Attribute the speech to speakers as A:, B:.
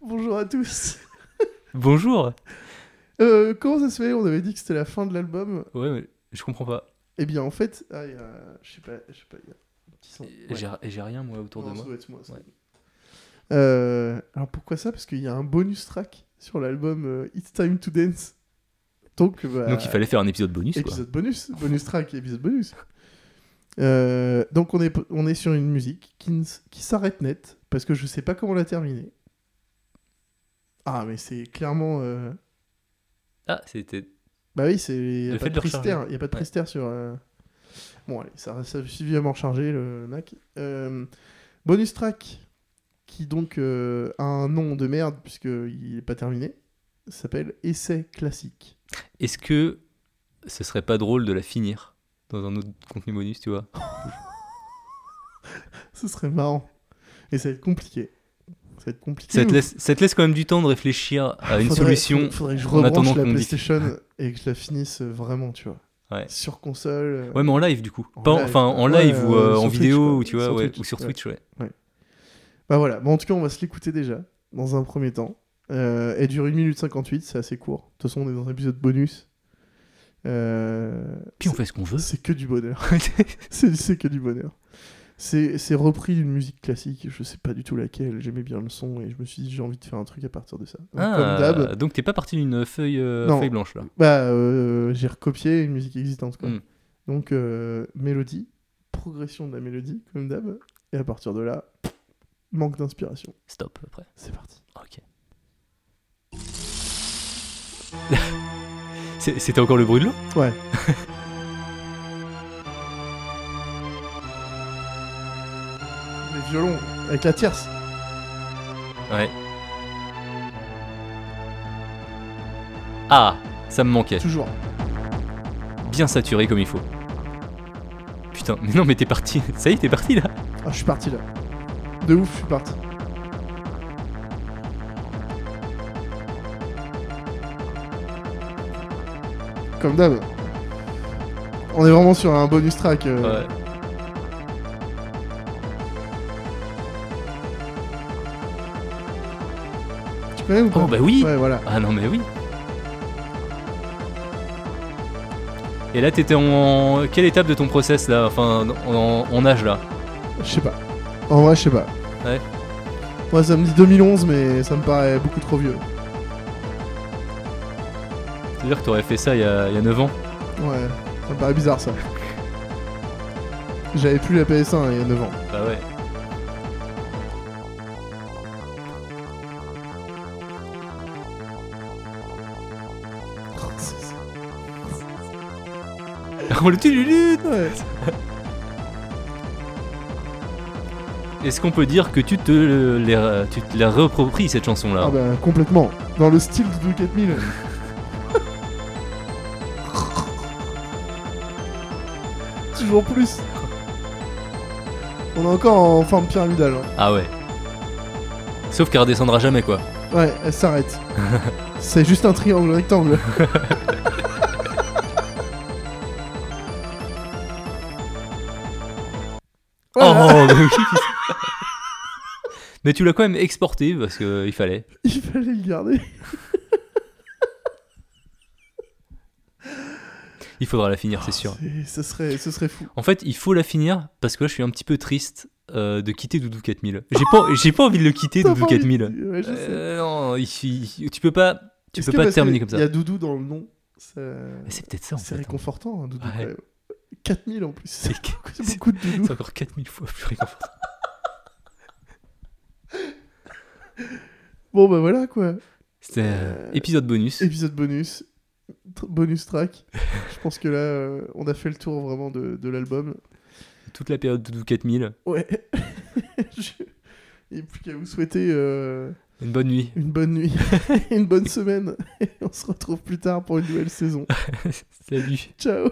A: Bonjour à tous.
B: Bonjour
A: Euh, comment ça se fait On avait dit que c'était la fin de l'album.
B: Ouais, mais je comprends pas.
A: Eh bien, en fait, ah, il y a- je sais pas, je sais pas, il y a un petit son.
B: Et
A: Ouais.
B: J'ai et j'ai rien, moi, autour
A: Non,
B: de
A: ça
B: moi.
A: doit être moi, ça.
B: Ouais.
A: Euh, alors pourquoi ça Parce qu'il y a un bonus track sur l'album euh, It's Time to Dance. Donc, bah,
B: Donc il fallait faire un épisode bonus, quoi.
A: épisode bonus, bonus track, épisode bonus. Euh, donc on est, on est sur une musique qui, ne s- qui s'arrête net parce que je sais pas comment la terminer. Ah mais c'est clairement... euh,
B: Ah, c'était...
A: Bah oui, c'est... Il n'y a,
B: Le
A: pas
B: fait
A: de
B: de le
A: prise
B: recharger.
A: terre, y a pas de
B: Ouais.
A: prise terre sur... euh, Bon allez, ça reste suffisamment rechargé le Mac. Euh, bonus track qui donc euh, a un nom de merde puisqu'il n'est pas terminé. Ça s'appelle Essai classique.
B: Est-ce que ce serait pas drôle de la finir dans un autre contenu bonus, tu
A: Hmm.
B: vois
A: Ce serait marrant. Et ça va être compliqué. Ça va être compliqué.
B: ça te,
A: mais
B: laisse, ça te laisse quand même du temps de réfléchir à une
A: faudrait-
B: solution.
A: faudrait- Faudrait que je
B: en attendant
A: rebranche la
B: qu'on me dise.
A: PlayStation et que je la finisse euh, vraiment, tu vois.
B: Ouais.
A: Sur console. euh,
B: Ouais, mais en live, du coup.
A: En
B: Pas en-
A: live.
B: Enfin, en
A: Ouais,
B: live ou
A: euh,
B: euh,
A: sur
B: en
A: Twitch,
B: vidéo,
A: quoi.
B: ou, tu vois,
A: Sur
B: ouais,
A: Twitch,
B: ou sur
A: ouais.
B: Twitch, ouais.
A: Bah voilà. Bon, en tout cas, on va se l'écouter déjà, dans un premier temps. Euh, elle dure 1 minute 58, c'est assez court. De toute façon, on est dans un épisode bonus. Euh,
B: Puis on fait ce qu'on veut.
A: c'est que du bonheur. c'est c'est que du bonheur. C'est c'est repris d'une musique classique, je sais pas du tout laquelle. J'aimais bien le son et je me suis dit, j'ai envie de faire un truc à partir de ça. Donc, comme
B: Ah,
A: d'hab.
B: donc t'es pas parti d'une feuille, euh,
A: Non.
B: feuille blanche, là.
A: Bah, euh, j'ai recopié une musique existante, quoi.
B: Mm.
A: Donc, euh, mélodie, progression de la mélodie, comme d'hab. Et à partir de là, manque d'inspiration.
B: Stop, après.
A: C'est parti.
B: Ah, Ok. C'est- C'était encore le bruit de l'eau
A: Ouais. Les violons, avec la tierce.
B: Ouais. Ah, ça me manquait.
A: Toujours.
B: Bien saturé comme il faut. Putain, mais non, mais t'es parti. Ça y est, t'es parti là.
A: Ah, je suis parti là. De ouf, je suis parti. Comme d'hab. On est vraiment sur un bonus track. euh,
B: Ouais.
A: Tu connais ou pas
B: Oh bah oui.
A: Ouais, voilà.
B: Ah non, mais oui. Et là, t'étais en. Quelle étape de ton process là Enfin, en, en- en âge là
A: Je sais pas. En vrai, je sais pas.
B: Ouais.
A: Moi, ça me dit 2011, mais ça me paraît beaucoup trop vieux.
B: C'est-à-dire que t'aurais fait ça il y, a, il y a 9 ans
A: Ouais, ça me paraît bizarre ça. J'avais plus la PS1 il y a 9 ans.
B: Bah ouais. Oh, le tululu
A: Ouais.
B: Est-ce qu'on peut dire que tu te le- les- tu te la réappropries cette chanson là
A: Ah bah complètement. Dans le style de 4000. Toujours plus. On est encore en forme pyramidale. hein.
B: Ah ouais. Sauf qu'elle redescendra jamais quoi.
A: Ouais, elle s'arrête. C'est juste un triangle rectangle. Voilà.
B: Oh, mais oui. Mais tu l'as quand même exporté parce que euh, il fallait.
A: Il fallait le garder.
B: Il faudra la finir, c'est sûr.
A: C'est- Ce serait, ce serait fou.
B: En fait, il faut la finir parce que là, je suis un petit peu triste euh, de quitter Doudou 4000. J'ai pas, j'ai pas envie de le quitter,
A: T'as
B: Doudou
A: pas envie de-
B: 4000.
A: Ouais, je sais.
B: Euh, non, il- il- tu peux pas, tu
A: Est-ce
B: peux
A: que
B: pas
A: parce
B: terminer
A: que
B: comme ça.
A: Il y a Doudou dans le nom. ça-
B: Mais C'est peut-être ça en
A: C'est
B: fait. hein.
A: réconfortant, hein, Doudou.
B: Ouais.
A: quand même. 4000 en plus. C'est
B: C'est que- c'est-
A: beaucoup de Doudou.
B: c'est encore 4000 fois plus réconfortant.
A: Bon bah voilà quoi.
B: C'était euh,
A: Euh,
B: épisode bonus.
A: Épisode bonus, tr- bonus track. Je pense que là, euh, on a fait le tour vraiment de, de l'album.
B: Toute la période Doudou 4000.
A: Ouais. Je- Il n'y a plus qu'à vous souhaiter euh,
B: Une bonne nuit.
A: une bonne nuit, une bonne semaine. Et on se retrouve plus tard pour une nouvelle saison.
B: Salut.
A: Ciao